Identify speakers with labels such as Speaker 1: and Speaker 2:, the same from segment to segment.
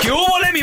Speaker 1: ¿Qué hubo, le, mi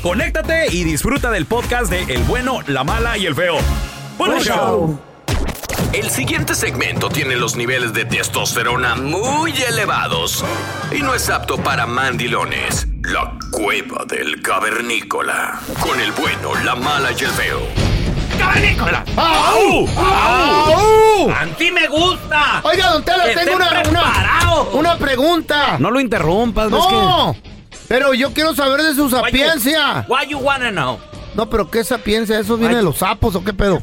Speaker 1: conéctate y disfruta del podcast de El bueno, la mala y el feo. Buen
Speaker 2: Buen
Speaker 1: show.
Speaker 3: El siguiente segmento tiene los niveles de testosterona muy elevados y no es apto para mandilones. La cueva del cavernícola. Con el bueno, la mala y el feo.
Speaker 4: ¡Cavernícola!
Speaker 5: ¡Au! ¡Au!
Speaker 4: ¡A ti me gusta!
Speaker 5: Oiga, don Tela,
Speaker 4: Que
Speaker 5: tengo
Speaker 4: esté
Speaker 5: una, una,
Speaker 4: preparado.
Speaker 5: una pregunta.
Speaker 1: No lo interrumpas,
Speaker 4: pues
Speaker 1: ¿ves
Speaker 5: No, pero yo quiero saber de su sapiencia.
Speaker 4: Why you wanna know?
Speaker 5: No, pero ¿qué sapiencia? ¿Eso viene de los sapos o qué pedo?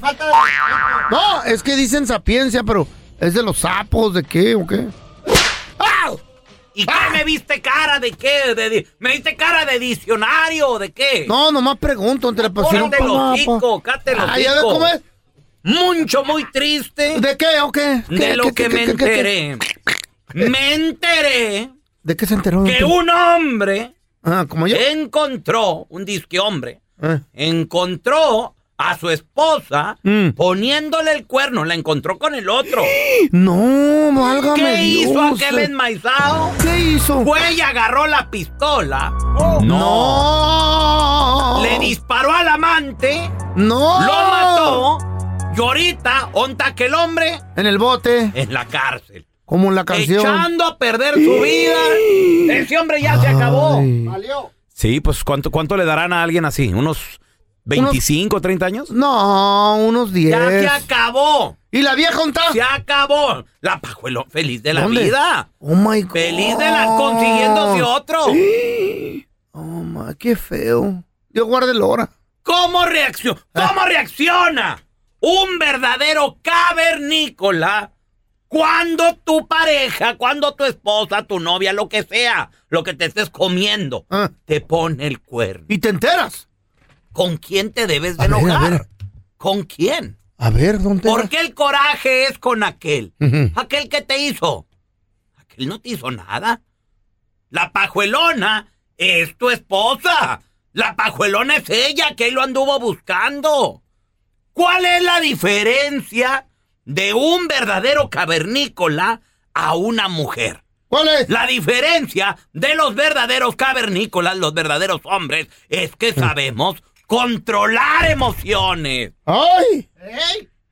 Speaker 5: No, es que dicen sapiencia, pero ¿es de los sapos? ¿De qué o qué?
Speaker 4: ¿Y
Speaker 1: Ah.
Speaker 4: qué me viste cara de qué? De di- ¿Me viste cara de diccionario o de qué?
Speaker 5: No, nomás pregunto. Entre pues, si no,
Speaker 4: Cállate el
Speaker 5: pa-
Speaker 4: hocico,
Speaker 5: pa-
Speaker 4: cállate el
Speaker 5: Ah, ya ves
Speaker 4: hocico.
Speaker 5: cómo es.
Speaker 4: Mucho muy triste
Speaker 5: ¿De qué o qué? ¿Qué-
Speaker 4: de lo
Speaker 5: qué-
Speaker 4: que
Speaker 5: qué-
Speaker 4: me
Speaker 5: qué- qué- qué-
Speaker 4: enteré. Me enteré
Speaker 5: ¿De qué se enteró? don
Speaker 4: que
Speaker 5: Tela?
Speaker 4: un ¿Eh? hombre
Speaker 5: Ah, como yo.
Speaker 4: encontró, un disque hombre,
Speaker 5: Eh.
Speaker 4: encontró a su esposa
Speaker 5: Mm.
Speaker 4: poniéndole el cuerno, la encontró con el otro.
Speaker 5: No, válgame
Speaker 4: ¿Qué hizo
Speaker 5: Dios.
Speaker 4: aquel enmaizado?
Speaker 5: ¿Qué hizo?
Speaker 4: Fue y agarró la pistola,
Speaker 5: Oh. No.
Speaker 4: le disparó al amante,
Speaker 5: No.
Speaker 4: lo mató,
Speaker 5: Oh.
Speaker 4: y ahorita, onta aquel hombre
Speaker 5: En el bote,
Speaker 4: en la cárcel.
Speaker 5: como en la canción.
Speaker 4: Echando a perder su vida. Ese hombre ya se acabó.
Speaker 5: Ay.
Speaker 1: Sí, pues ¿cuánto, ¿cuánto le darán a alguien así? ¿Unos 25, 30 años?
Speaker 5: No, unos 10.
Speaker 4: Ya se acabó.
Speaker 5: ¿Y la vieja onta?
Speaker 4: Se acabó. La pajuelo feliz de la
Speaker 5: ¿Dónde?
Speaker 4: vida.
Speaker 5: Oh my god.
Speaker 4: Feliz de la consiguiéndose otro.
Speaker 5: Oh my, qué feo. Dios guarde el hora.
Speaker 4: ¿Cómo reacciona? ¿Cómo reacciona un verdadero cavernícola cuando tu pareja, cuando tu esposa, tu novia, lo que sea, lo que te estés comiendo,
Speaker 5: Ah.
Speaker 4: te pone el cuerno?
Speaker 5: ¿Y te enteras?
Speaker 4: ¿Con quién te debes de
Speaker 5: A ver, a
Speaker 4: enojar?
Speaker 5: ver.
Speaker 4: ¿Con quién?
Speaker 5: A ver, ¿dónde
Speaker 4: ¿Por qué el coraje es con aquel?
Speaker 5: Ujú.
Speaker 4: Aquel que te hizo. Aquel no te hizo nada. La pajuelona es tu esposa. La pajuelona es ella que lo anduvo buscando. ¿Cuál es la diferencia de un verdadero cavernícola a una mujer?
Speaker 5: ¿Cuál es?
Speaker 4: La diferencia de los verdaderos cavernícolas, los verdaderos hombres, es que sabemos controlar emociones.
Speaker 5: ¡Ay!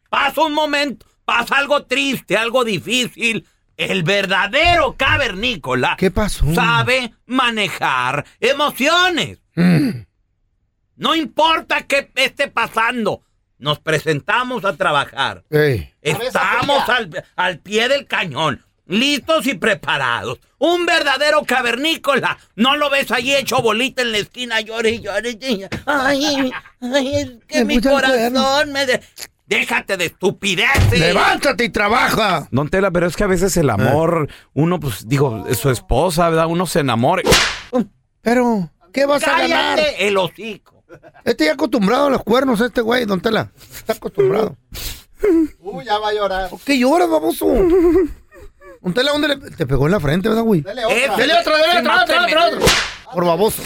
Speaker 4: Pasa un momento, pasa algo triste, algo difícil. El verdadero cavernícola
Speaker 5: ¿Qué Mm. pasó?
Speaker 4: sabe manejar emociones. No importa qué esté pasando, nos presentamos a trabajar.
Speaker 5: Ey.
Speaker 4: Estamos al, al pie del cañón, listos y preparados. Un verdadero cavernícola. No lo ves ahí hecho bolita en la esquina, llore y llore. y- Ay, ay, es que
Speaker 5: Me
Speaker 4: mi
Speaker 5: puse el
Speaker 4: corazón me... de- Déjate de estupideces. Eh.
Speaker 5: ¡Levántate y trabaja!
Speaker 1: Don Tela, pero es que a veces el amor, uno, pues, digo, su esposa, ¿verdad? Uno se enamora.
Speaker 5: Pero, ¿qué vas a ganar?
Speaker 4: Cállate el hocico.
Speaker 5: Este ya acostumbrado a los cuernos, este güey, don Tela. Está acostumbrado.
Speaker 6: Uh, ya va a llorar.
Speaker 5: ¿Por qué lloras, baboso? Don Tela, ¿dónde le...? Te pegó en la frente, ¿verdad, güey?
Speaker 6: Dele otra.
Speaker 5: Dele otro, dele otro,
Speaker 4: no
Speaker 5: otro,
Speaker 4: te
Speaker 5: otro, otro. Por baboso.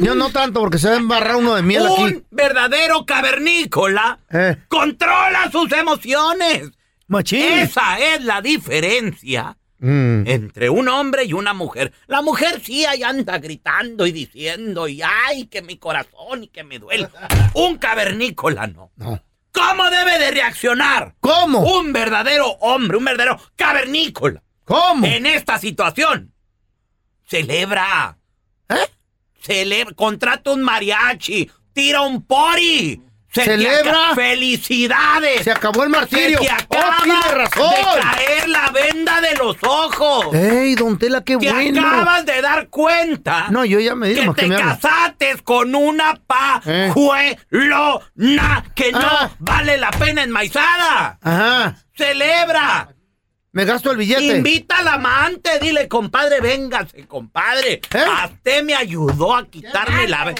Speaker 5: Yo no tanto, porque se va a embarrar uno de miel aquí.
Speaker 4: Un verdadero cavernícola
Speaker 5: Eh.
Speaker 4: controla sus emociones.
Speaker 5: Machín.
Speaker 4: Esa es la diferencia
Speaker 5: Mm.
Speaker 4: entre un hombre y una mujer. La mujer sí ahí anda gritando y diciendo, y ay, que mi corazón y que me duele. Un cavernícola no.
Speaker 5: No.
Speaker 4: ¿Cómo debe de reaccionar?
Speaker 5: ¿Cómo?
Speaker 4: Un verdadero hombre, un verdadero cavernícola.
Speaker 5: ¿Cómo?
Speaker 4: En esta situación, celebra.
Speaker 5: ¿Eh?
Speaker 4: Celebra, contrata un mariachi, tira un pori. Se te
Speaker 5: Celebra.
Speaker 4: aca- Felicidades.
Speaker 5: Se acabó el
Speaker 4: Se
Speaker 5: martirio.
Speaker 4: te
Speaker 5: ¡Oh,
Speaker 4: acaba
Speaker 5: tiene
Speaker 4: de
Speaker 5: razón!
Speaker 4: caer la venda de los ojos.
Speaker 5: ¡Ey, don Tela, qué
Speaker 4: te
Speaker 5: bueno!
Speaker 4: acabas de dar cuenta
Speaker 5: No, yo ya me di
Speaker 4: que
Speaker 5: más que
Speaker 4: te
Speaker 5: me Eh. habla.
Speaker 4: casaste con una pajuelona que no
Speaker 5: Ah.
Speaker 4: vale la pena enmaizada.
Speaker 5: Ajá.
Speaker 4: Celebra.
Speaker 5: Me gasto el billete.
Speaker 4: Invita al amante, dile, compadre, véngase, compadre.
Speaker 5: ¿Eh?
Speaker 4: A usted me ayudó a quitarme la... ve-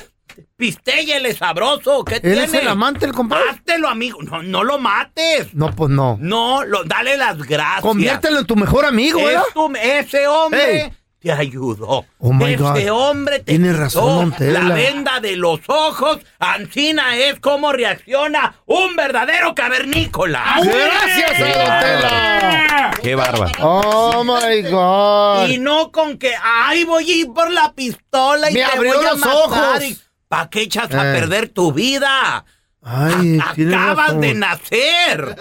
Speaker 4: Pistéllele sabroso, ¿qué
Speaker 5: ¿Él
Speaker 4: tiene?
Speaker 5: es el amante, el compadre?
Speaker 4: Háztelo, amigo. No, no lo mates.
Speaker 5: No, pues no.
Speaker 4: No, lo, dale las gracias.
Speaker 5: Conviértelo en tu mejor amigo, ¿eh?
Speaker 4: Es tu- ese hombre
Speaker 5: Ey.
Speaker 4: te ayudó.
Speaker 5: Oh, my
Speaker 4: Ese
Speaker 5: God.
Speaker 4: hombre te
Speaker 5: Tiene
Speaker 4: quitó
Speaker 5: razón, don Tela.
Speaker 4: la venda de los ojos. Ancina es como reacciona un verdadero cavernícola.
Speaker 5: ¡Gracias a don Tela!
Speaker 1: ¡Qué barba!
Speaker 5: ¡Oh, my God!
Speaker 4: Y no con que, ay, voy a ir por la pistola y
Speaker 5: Me
Speaker 4: te
Speaker 5: abrió
Speaker 4: voy a
Speaker 5: los
Speaker 4: matar.
Speaker 5: ojos.
Speaker 4: Y- ¿Pa' qué echas a
Speaker 5: Eh.
Speaker 4: perder tu vida?
Speaker 5: Ay, tienes
Speaker 4: Acabas
Speaker 5: razón.
Speaker 4: de nacer.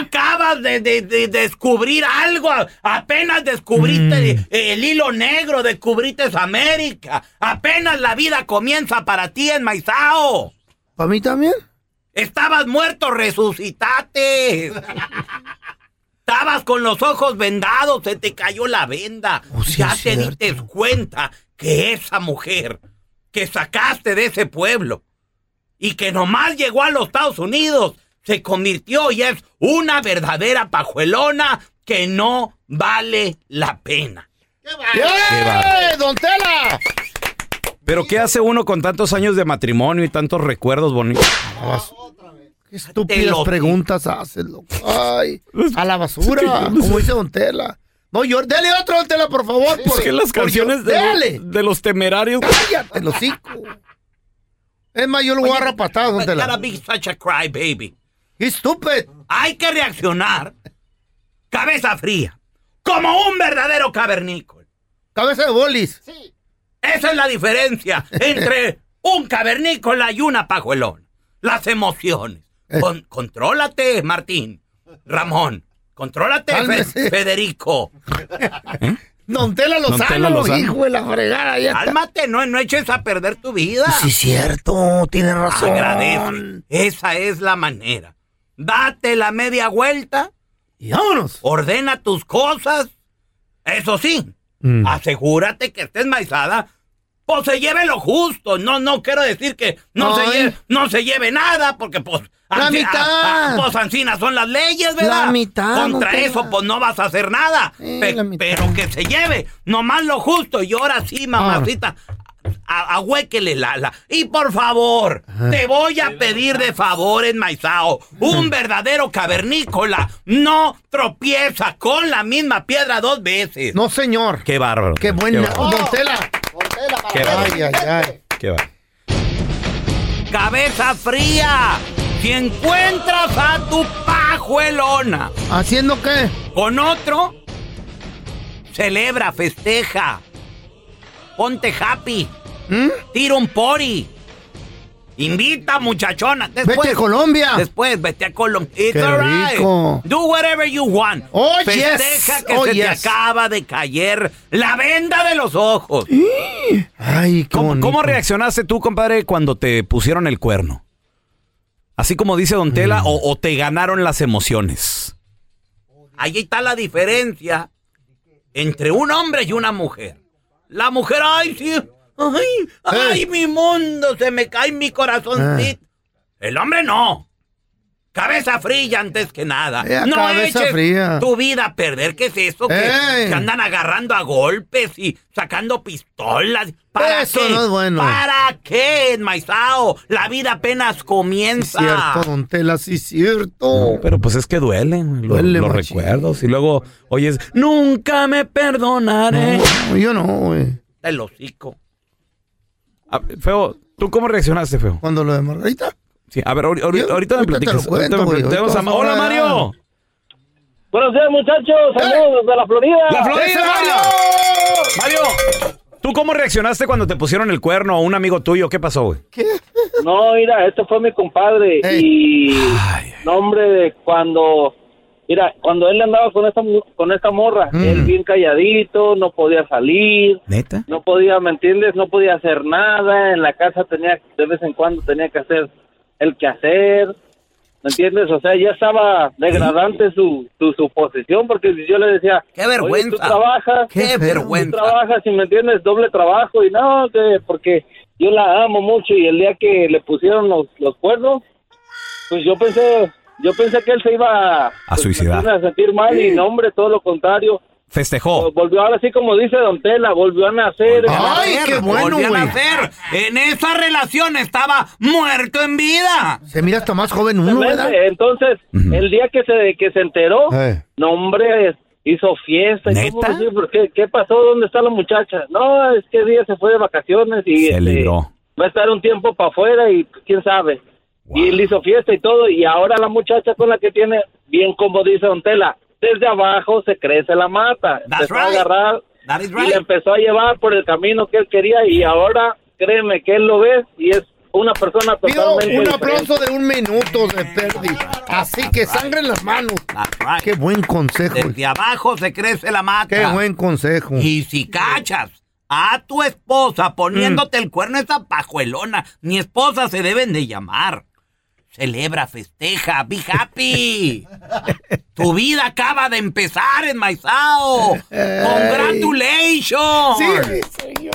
Speaker 4: Acabas de, de- de descubrir algo. Apenas descubriste
Speaker 5: Mm.
Speaker 4: el hilo negro, descubriste América. Apenas la vida comienza para ti en Maizao.
Speaker 5: ¿Para mí también?
Speaker 4: Estabas muerto, resucitaste. Estabas con los ojos vendados, se te cayó la venda.
Speaker 5: Oh, sí,
Speaker 4: ya
Speaker 5: es
Speaker 4: te
Speaker 5: cierto.
Speaker 4: diste cuenta que esa mujer que sacaste de ese pueblo y que nomás llegó a los Estados Unidos se convirtió y es una verdadera pajuelona que no vale la pena.
Speaker 5: ¡Eh, don Tela!
Speaker 1: Pero ¿qué hace uno con tantos años de matrimonio y tantos recuerdos bonitos?
Speaker 5: Qué estúpidas
Speaker 4: loco.
Speaker 5: preguntas haces, loco. Ay, a la basura, como dice Don Tela. No, yo, dele otro Don Tela, por favor.
Speaker 1: Es que las canciones de,
Speaker 5: Dale,
Speaker 1: de los temerarios.
Speaker 5: cállate, los cinco. Es más, yo lo voy a rapatar, Don
Speaker 4: But gotta
Speaker 5: Tela.
Speaker 4: be such a crybaby.
Speaker 5: He's stupid.
Speaker 4: hay que reaccionar cabeza fría, como un verdadero cavernícola.
Speaker 5: Cabeza de bolis.
Speaker 4: Esa es la diferencia entre un cavernícola y una pajuelona. Las emociones.
Speaker 5: Eh.
Speaker 4: Con- contrólate, Martín. Ramón. Contrólate, Fe-
Speaker 5: Cálmese.
Speaker 4: Federico.
Speaker 5: Don Tela lo
Speaker 1: Don Tela
Speaker 5: sano,
Speaker 1: Lozano.
Speaker 5: hijo de la fregada. ya está.
Speaker 4: Cálmate, no, no eches a perder tu vida.
Speaker 5: Ah, Sí, es cierto, tiene razón.
Speaker 4: Agradece. Esa es la manera. Date la media vuelta.
Speaker 5: Y vámonos.
Speaker 4: ordena tus cosas. Eso sí,
Speaker 5: Mm.
Speaker 4: asegúrate que estés maizada. Pues se lleve lo justo. No, no quiero decir que no, se
Speaker 5: Ay.
Speaker 4: lleve, no se lleve nada, porque pues.
Speaker 5: La
Speaker 4: ansi-
Speaker 5: mitad.
Speaker 4: ah, ah, pues ancina son las leyes, ¿verdad?
Speaker 5: La mitad, no
Speaker 4: Contra
Speaker 5: te
Speaker 4: eso,
Speaker 5: va.
Speaker 4: pues no vas a hacer nada.
Speaker 5: Sí,
Speaker 4: Pe-
Speaker 5: la mitad.
Speaker 4: pero que se lleve, nomás lo justo. Y ahora sí, mamacita,
Speaker 5: Ah.
Speaker 4: a- ahuéquele la, la. Y por favor,
Speaker 5: Ah.
Speaker 4: te voy a pedir de favor en Maizao. Un verdadero cavernícola no tropieza con la misma piedra dos veces.
Speaker 5: No, señor.
Speaker 1: Qué bárbaro.
Speaker 5: Qué buena. Don Tela.
Speaker 6: Cortela para
Speaker 1: Qué
Speaker 6: que
Speaker 1: va.
Speaker 5: Ay, ay, ay.
Speaker 1: Qué bárbaro.
Speaker 4: Cabeza fría. Si encuentras a tu pajuelona
Speaker 5: ¿Haciendo qué?
Speaker 4: con otro, celebra, festeja. Ponte happy.
Speaker 5: ¿Mm?
Speaker 4: Tira un pori. Invita muchachona. Después,
Speaker 5: Vete a Colombia.
Speaker 4: Después vete a Colombia. It's
Speaker 5: Qué
Speaker 4: alright.
Speaker 5: rico.
Speaker 4: Do whatever you want.
Speaker 5: Oh, yes.
Speaker 4: Festeja que
Speaker 5: Oh,
Speaker 4: se
Speaker 5: yes.
Speaker 4: te acaba de caer la venda de los ojos.
Speaker 5: Ay, qué
Speaker 1: ¿Cómo,
Speaker 5: bonito.
Speaker 1: cómo reaccionaste tú, compadre, cuando te pusieron el cuerno? Así como dice Don
Speaker 5: Mm.
Speaker 1: Tela, o, o te ganaron las emociones.
Speaker 4: Ahí está la diferencia entre un hombre y una mujer. La mujer, ay, sí, ay,
Speaker 5: Ah.
Speaker 4: ay, mi mundo, se me cae mi corazoncito. El hombre no. Cabeza fría antes que nada.
Speaker 5: Eh,
Speaker 4: no
Speaker 5: cabeza
Speaker 4: eches
Speaker 5: fría.
Speaker 4: tu vida a perder. ¿Qué es eso? Que
Speaker 5: Ey.
Speaker 4: se andan agarrando a golpes y sacando pistolas. ¿Para
Speaker 5: Eso
Speaker 4: qué?
Speaker 5: no es bueno.
Speaker 4: ¿Para qué, Maizao? La vida apenas comienza.
Speaker 5: Cierto, don Tela, sí, cierto.
Speaker 1: Pero pues es que duelen lo-
Speaker 5: Duele,
Speaker 1: los
Speaker 5: machín.
Speaker 1: recuerdos. Y luego oyes, nunca me perdonaré.
Speaker 5: No, yo no, güey.
Speaker 4: El hocico.
Speaker 1: A- feo, ¿tú cómo reaccionaste, feo?
Speaker 5: Cuando lo de Margarita.
Speaker 1: Sí, a ver, ahori- ahori-
Speaker 5: Yo-
Speaker 1: ahorita
Speaker 5: ahorita
Speaker 1: me
Speaker 5: te
Speaker 1: platicas.
Speaker 5: lo cuento,
Speaker 1: ahorita me
Speaker 5: güey, ahorita
Speaker 1: platicas. Vamos a-
Speaker 5: vamos
Speaker 1: ¡Hola,
Speaker 5: a hablar.
Speaker 1: Mario!
Speaker 7: Buenos días, muchachos. Saludos desde la Florida.
Speaker 1: ¡La Florida,
Speaker 5: ¡Ese
Speaker 1: Mario! Mario, ¿tú cómo reaccionaste cuando te pusieron el cuerno a un amigo tuyo? ¿Qué pasó, güey?
Speaker 7: No, mira, este fue mi compadre.
Speaker 5: Ey.
Speaker 7: Y nombre de cuando. Mira, cuando él andaba con esta, mu- con esta morra,
Speaker 5: Mm.
Speaker 7: él bien calladito, no podía salir,
Speaker 1: ¿Neta?
Speaker 7: no podía, ¿me entiendes? No podía hacer nada. En la casa tenía, de vez en cuando tenía que hacer el quehacer. ¿Me entiendes? O sea, ya estaba degradante su, su, su posición, porque yo le decía,
Speaker 4: ¡Qué vergüenza!
Speaker 7: "Oye, tú trabajas,
Speaker 5: Qué
Speaker 4: ¡Qué
Speaker 5: feo.
Speaker 4: vergüenza!
Speaker 7: trabajas y me entiendes doble trabajo y no que porque yo la amo mucho y el día que le pusieron los, los cuernos pues yo pensé yo pensé que él se iba a, pues,
Speaker 1: suicidar.
Speaker 7: a sentir mal y no hombre todo lo contrario
Speaker 1: Festejó.
Speaker 7: volvió ahora sí como dice don tela volvió a nacer
Speaker 5: ¡Ay, qué bueno,
Speaker 4: Volvían a
Speaker 5: güey!
Speaker 4: hacer. En esa relación estaba muerto en vida.
Speaker 5: Se mira hasta más joven uno, ¿verdad?
Speaker 7: eh, entonces el día que se que se enteró
Speaker 5: Eh.
Speaker 7: no hombre hizo fiesta y cómo
Speaker 1: ¿Neta?
Speaker 7: decir, ¿por qué, qué pasó dónde está la muchacha no es que día se fue de vacaciones y
Speaker 1: Se
Speaker 7: este,
Speaker 1: libró.
Speaker 7: va a estar un tiempo para afuera y quién sabe. Y él hizo fiesta y todo, y ahora la muchacha con la que tiene, bien como dice Don Tela, desde abajo se crece la mata.
Speaker 4: That's
Speaker 7: empezó a
Speaker 4: right.
Speaker 7: agarrar
Speaker 4: That is
Speaker 7: y
Speaker 4: right.
Speaker 7: le empezó a llevar por el camino que él quería, y ahora créeme que él lo ve y es una persona
Speaker 5: Pido
Speaker 7: totalmente.
Speaker 5: un
Speaker 7: diferente.
Speaker 5: aplauso de un minuto de pérdida. Así que sangre en las manos.
Speaker 4: That's right.
Speaker 5: Qué buen consejo.
Speaker 4: Desde abajo se crece la mata.
Speaker 5: Qué buen consejo.
Speaker 4: Y si cachas a tu esposa poniéndote
Speaker 5: Mm.
Speaker 4: el cuerno esa pajuelona, ni esposa se deben de llamar. Celebra, festeja, be happy. tu vida acaba de empezar en Maizao. Congratulations.
Speaker 5: Sí.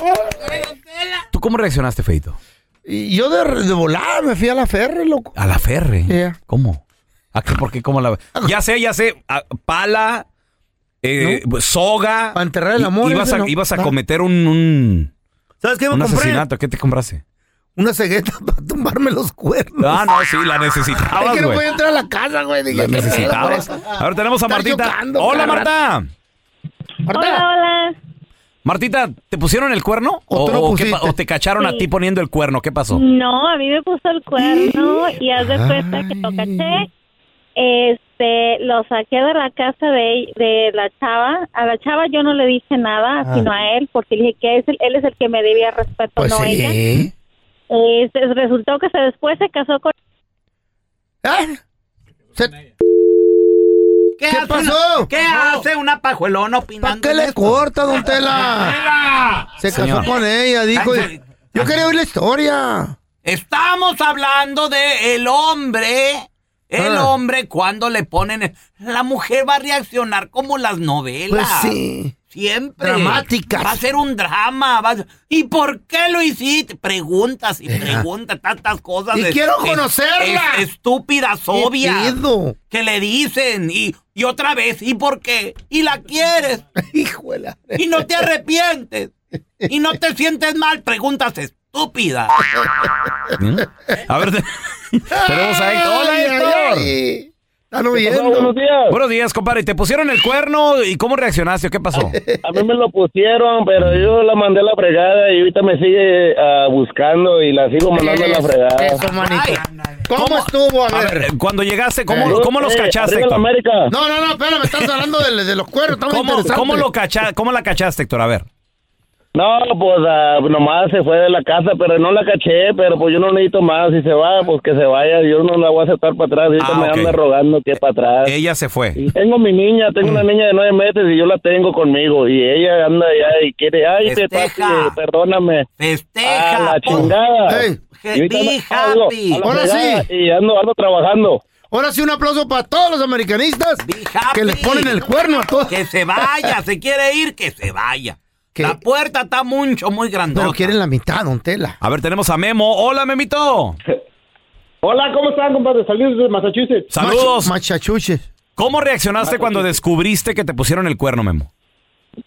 Speaker 1: ¿Tú cómo reaccionaste, feito?
Speaker 5: Y yo de, de volada me fui a la ferre, loco.
Speaker 1: A la ferre.
Speaker 5: Yeah.
Speaker 1: ¿Cómo? ¿A qué? ¿Por qué? ¿Cómo la.? Ya sé, ya sé. A- pala, eh, soga.
Speaker 5: Para enterrar el
Speaker 1: I-
Speaker 5: amor,
Speaker 1: Ibas
Speaker 5: ese
Speaker 1: a,
Speaker 5: no.
Speaker 1: ibas a
Speaker 5: No.
Speaker 1: cometer un, un,
Speaker 5: ¿Sabes qué me
Speaker 1: un
Speaker 5: compré?
Speaker 1: asesinato. ¿Qué te compraste?
Speaker 5: Una cegueta para tumbarme los cuernos.
Speaker 1: Ah, no, sí, la
Speaker 5: es
Speaker 1: necesitabas,
Speaker 5: que no podía
Speaker 1: güey.
Speaker 5: entrar a la casa, güey. Dije,
Speaker 1: La
Speaker 5: ¿qué pedo
Speaker 1: necesitabas.
Speaker 5: con esto?
Speaker 1: A ver, tenemos a
Speaker 5: Está
Speaker 1: Martita.
Speaker 5: chocando,
Speaker 1: Hola,
Speaker 5: cada
Speaker 1: Marta.
Speaker 5: Marta,
Speaker 8: Hola, hola.
Speaker 1: Martita, ¿te pusieron el cuerno?
Speaker 5: ¿O tú lo
Speaker 1: qué pa-
Speaker 5: pusiste?
Speaker 1: o te cacharon a
Speaker 8: Sí.
Speaker 1: ti poniendo el cuerno? ¿Qué pasó?
Speaker 8: No, a mí me puso el cuerno y haz de cuenta que lo caché. Este, lo saqué de la casa de, de la chava. A la chava yo no le dije nada,
Speaker 5: Ah.
Speaker 8: sino a él, porque le dije que es el- él es el que me debía respeto,
Speaker 5: Pues
Speaker 8: no ella.
Speaker 5: sí.
Speaker 8: Este, resultó que se, después se casó con
Speaker 5: Ah, se-
Speaker 4: ¿Qué,
Speaker 5: ¿Qué
Speaker 4: hace
Speaker 5: pasó?
Speaker 4: una- ¿Qué hace una pajuelona opinando?
Speaker 5: ¿Para qué le
Speaker 4: de eso?
Speaker 5: corta, don Tela? Se
Speaker 1: Señor.
Speaker 5: casó con ella, dijo.
Speaker 4: Ay,
Speaker 5: Yo quería oír la historia.
Speaker 4: Estamos hablando de el hombre. El
Speaker 5: Ah.
Speaker 4: hombre cuando le ponen... La mujer va a reaccionar como las
Speaker 5: Pues
Speaker 4: novelas.
Speaker 5: sí.
Speaker 4: Siempre.
Speaker 5: Dramáticas.
Speaker 4: Va a ser un drama. va a ser- ¿Y por qué lo hiciste? Preguntas y preguntas, tantas cosas.
Speaker 5: Y quiero conocerla.
Speaker 4: es- estúpidas,
Speaker 5: ¿Qué
Speaker 4: obvias.
Speaker 5: pedo?
Speaker 4: Que le dicen. Y, y otra vez, ¿y por qué? Y la quieres.
Speaker 5: Híjole.
Speaker 4: Y no te arrepientes. Y no te sientes mal. Preguntas estúpidas.
Speaker 1: ¿Mm? A ver, te- tenemos a Héctor. Hola,
Speaker 5: Ay,
Speaker 1: Héctor.
Speaker 5: ay, ay. Están
Speaker 7: Hola,
Speaker 5: oyendo.
Speaker 7: buenos días.
Speaker 1: Buenos días, compadre. ¿Te pusieron el cuerno? ¿Y cómo reaccionaste? o ¿Qué pasó?
Speaker 7: A mí me lo pusieron, pero yo la mandé a la fregada y ahorita me sigue ah, buscando y la sigo mandando a la fregada.
Speaker 5: Eh, Eso, manito.
Speaker 4: Ay,
Speaker 5: ¿Cómo, estuvo? A,
Speaker 1: A
Speaker 5: ver.
Speaker 1: ver, eh. cuando llegaste, ¿cómo,
Speaker 7: Yo,
Speaker 1: cómo los
Speaker 7: eh,
Speaker 1: cachaste,
Speaker 7: arriba la
Speaker 1: Héctor?
Speaker 7: América.
Speaker 5: No, no, no, espérame, estás hablando de, de los cuernos. Estamos
Speaker 1: ¿Cómo,
Speaker 5: interesantes.
Speaker 1: cómo lo cacha, ¿Cómo la cachaste, Héctor? A ver.
Speaker 7: No, pues ah, nomás se fue de la casa, pero no la caché, pero pues yo no necesito más. Si se va, pues que se vaya. Yo no la voy a aceptar para atrás. Ahorita
Speaker 1: Ah,
Speaker 7: me
Speaker 1: ok. Eh,
Speaker 7: anda rogando que para atrás.
Speaker 1: Ella se fue.
Speaker 7: Y Tengo mi niña, tengo
Speaker 1: mm.
Speaker 7: una niña de nueve meses y yo la tengo conmigo. Y ella anda ya y quiere, ay, te papi,
Speaker 4: Festeja.
Speaker 7: eh, perdóname.
Speaker 4: Festeja. pues,
Speaker 7: Ah, la
Speaker 4: pon-
Speaker 7: chingada.
Speaker 5: Ey,
Speaker 7: Y ahorita
Speaker 4: Be
Speaker 7: ando- ando
Speaker 4: happy.
Speaker 7: a la
Speaker 5: Ahora
Speaker 7: fregada
Speaker 5: sí.
Speaker 7: Y ando, ando trabajando.
Speaker 5: Ahora sí, un aplauso para todos los americanistas
Speaker 4: Be happy.
Speaker 5: que les ponen el cuerno a todos.
Speaker 4: Que se vaya, se quiere ir, que se vaya.
Speaker 5: Que-
Speaker 4: La puerta está mucho, muy grandota.
Speaker 5: Pero quieren la mitad, don Tela.
Speaker 1: A ver, tenemos a Memo. Hola, Memito.
Speaker 6: Hola, ¿cómo están, compadre? Saludos de Massachusetts.
Speaker 1: Saludos.
Speaker 5: Machachuche.
Speaker 1: ¿Cómo reaccionaste cuando descubriste que te pusieron el cuerno, Memo?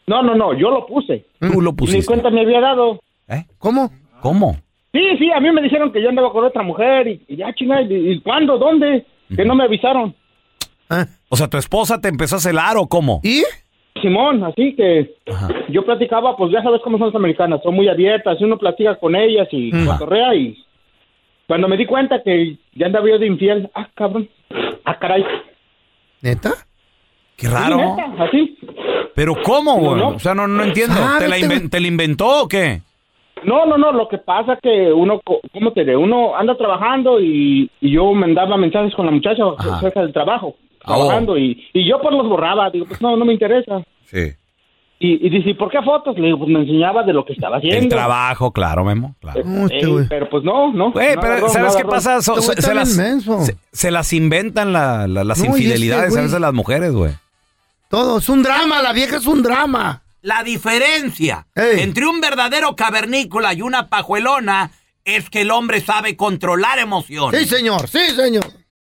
Speaker 6: No, no, no, yo lo puse.
Speaker 1: Tú lo
Speaker 6: Ni
Speaker 1: pusiste.
Speaker 6: cuenta me había dado.
Speaker 1: ¿Eh?
Speaker 5: ¿Cómo?
Speaker 1: ¿Cómo?
Speaker 6: Sí, sí, a mí me dijeron que yo andaba con otra mujer y, y ya, chinga, ¿y, y cuándo? ¿Dónde? Que no me avisaron.
Speaker 1: O sea, ¿tu esposa te empezó a celar o cómo?
Speaker 5: ¿Ah? ¿Y?
Speaker 6: Simón, así que yo platicaba, pues ya sabes cómo son las americanas, son muy abiertas, uno platica con ellas y
Speaker 5: Mm.
Speaker 1: Ajá.
Speaker 6: cotorrea y cuando me di cuenta que ya andaba yo de infiel, ah, cabrón, ah, caray.
Speaker 5: ¿Neta?
Speaker 1: Qué raro.
Speaker 6: neta, así.
Speaker 1: ¿Pero cómo, güey?
Speaker 6: No, no.
Speaker 1: O sea, no, no entiendo.
Speaker 5: Ah,
Speaker 1: ¿Te la,
Speaker 6: Sábete,
Speaker 1: inven-
Speaker 6: güey.
Speaker 1: ¿Te la inventó o qué?
Speaker 6: No, no, no, lo que pasa que uno, co- ¿cómo te diré? Uno anda trabajando y, y yo mandaba mensajes con la muchacha cerca del trabajo,
Speaker 1: Ah, oh.
Speaker 6: trabajando, y, y yo pues los borraba, digo, pues no, no me interesa.
Speaker 1: Sí.
Speaker 6: Y, y dice, ¿y por qué fotos? Le digo, pues me enseñaba de lo que estaba haciendo.
Speaker 1: El trabajo, claro, Memo. Claro.
Speaker 6: Eh,
Speaker 5: este
Speaker 6: eh, pero pues no, no.
Speaker 1: Güey,
Speaker 6: no
Speaker 1: pero
Speaker 6: agarró,
Speaker 1: ¿sabes
Speaker 6: no
Speaker 1: qué
Speaker 6: agarró.
Speaker 1: pasa? So- se, se las, se- se las inventan la- la- las
Speaker 5: No, y este
Speaker 1: infidelidades a
Speaker 5: güey.
Speaker 1: veces las mujeres, güey.
Speaker 5: Todo, es un drama, la vieja es un drama.
Speaker 4: La diferencia
Speaker 5: Ey.
Speaker 4: entre un verdadero cavernícola y una pajuelona es que el hombre sabe controlar emociones.
Speaker 5: Sí, señor, sí, señor.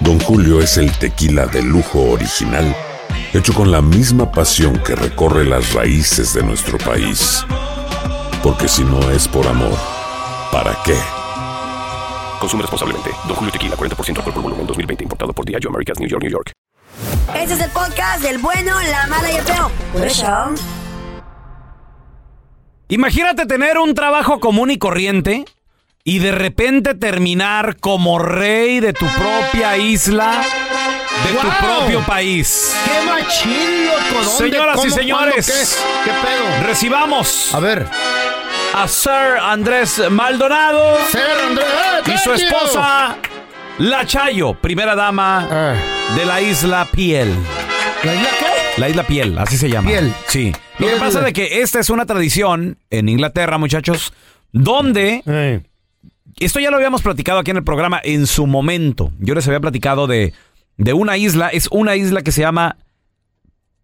Speaker 9: Don Julio es el tequila de lujo original, hecho con la misma pasión que recorre las raíces de nuestro país. Porque si no es por amor, ¿para qué?
Speaker 10: Consume responsablemente. Don Julio Tequila 40% alcohol por volumen 2020 importado por Diageo Americas New York New York.
Speaker 2: Este es el podcast del bueno, la mala y el feo. Por eso.
Speaker 1: Imagínate tener un trabajo común y corriente y de repente terminar como rey de tu propia isla, de tu
Speaker 5: ¡Guau!
Speaker 1: propio país.
Speaker 5: ¡Qué machín, loco! ¿Dónde,
Speaker 1: Señoras y
Speaker 5: cómo,
Speaker 1: señores,
Speaker 5: cuándo, qué? ¿Qué pedo?
Speaker 1: Recibamos
Speaker 5: a ver
Speaker 1: a Sir Andrés Maldonado
Speaker 5: ¡eh,
Speaker 1: y su esposa La Chayo, primera dama
Speaker 5: Ah,
Speaker 1: de la isla Piel.
Speaker 5: ¿La isla qué?
Speaker 1: La isla Piel, así se llama.
Speaker 5: Piel.
Speaker 1: Sí. Lo que
Speaker 5: Piel.
Speaker 1: pasa es de que esta es una tradición en Inglaterra, muchachos, donde esto ya lo habíamos platicado aquí en el programa en su momento. Yo les había platicado de, de una isla. Es una isla que se llama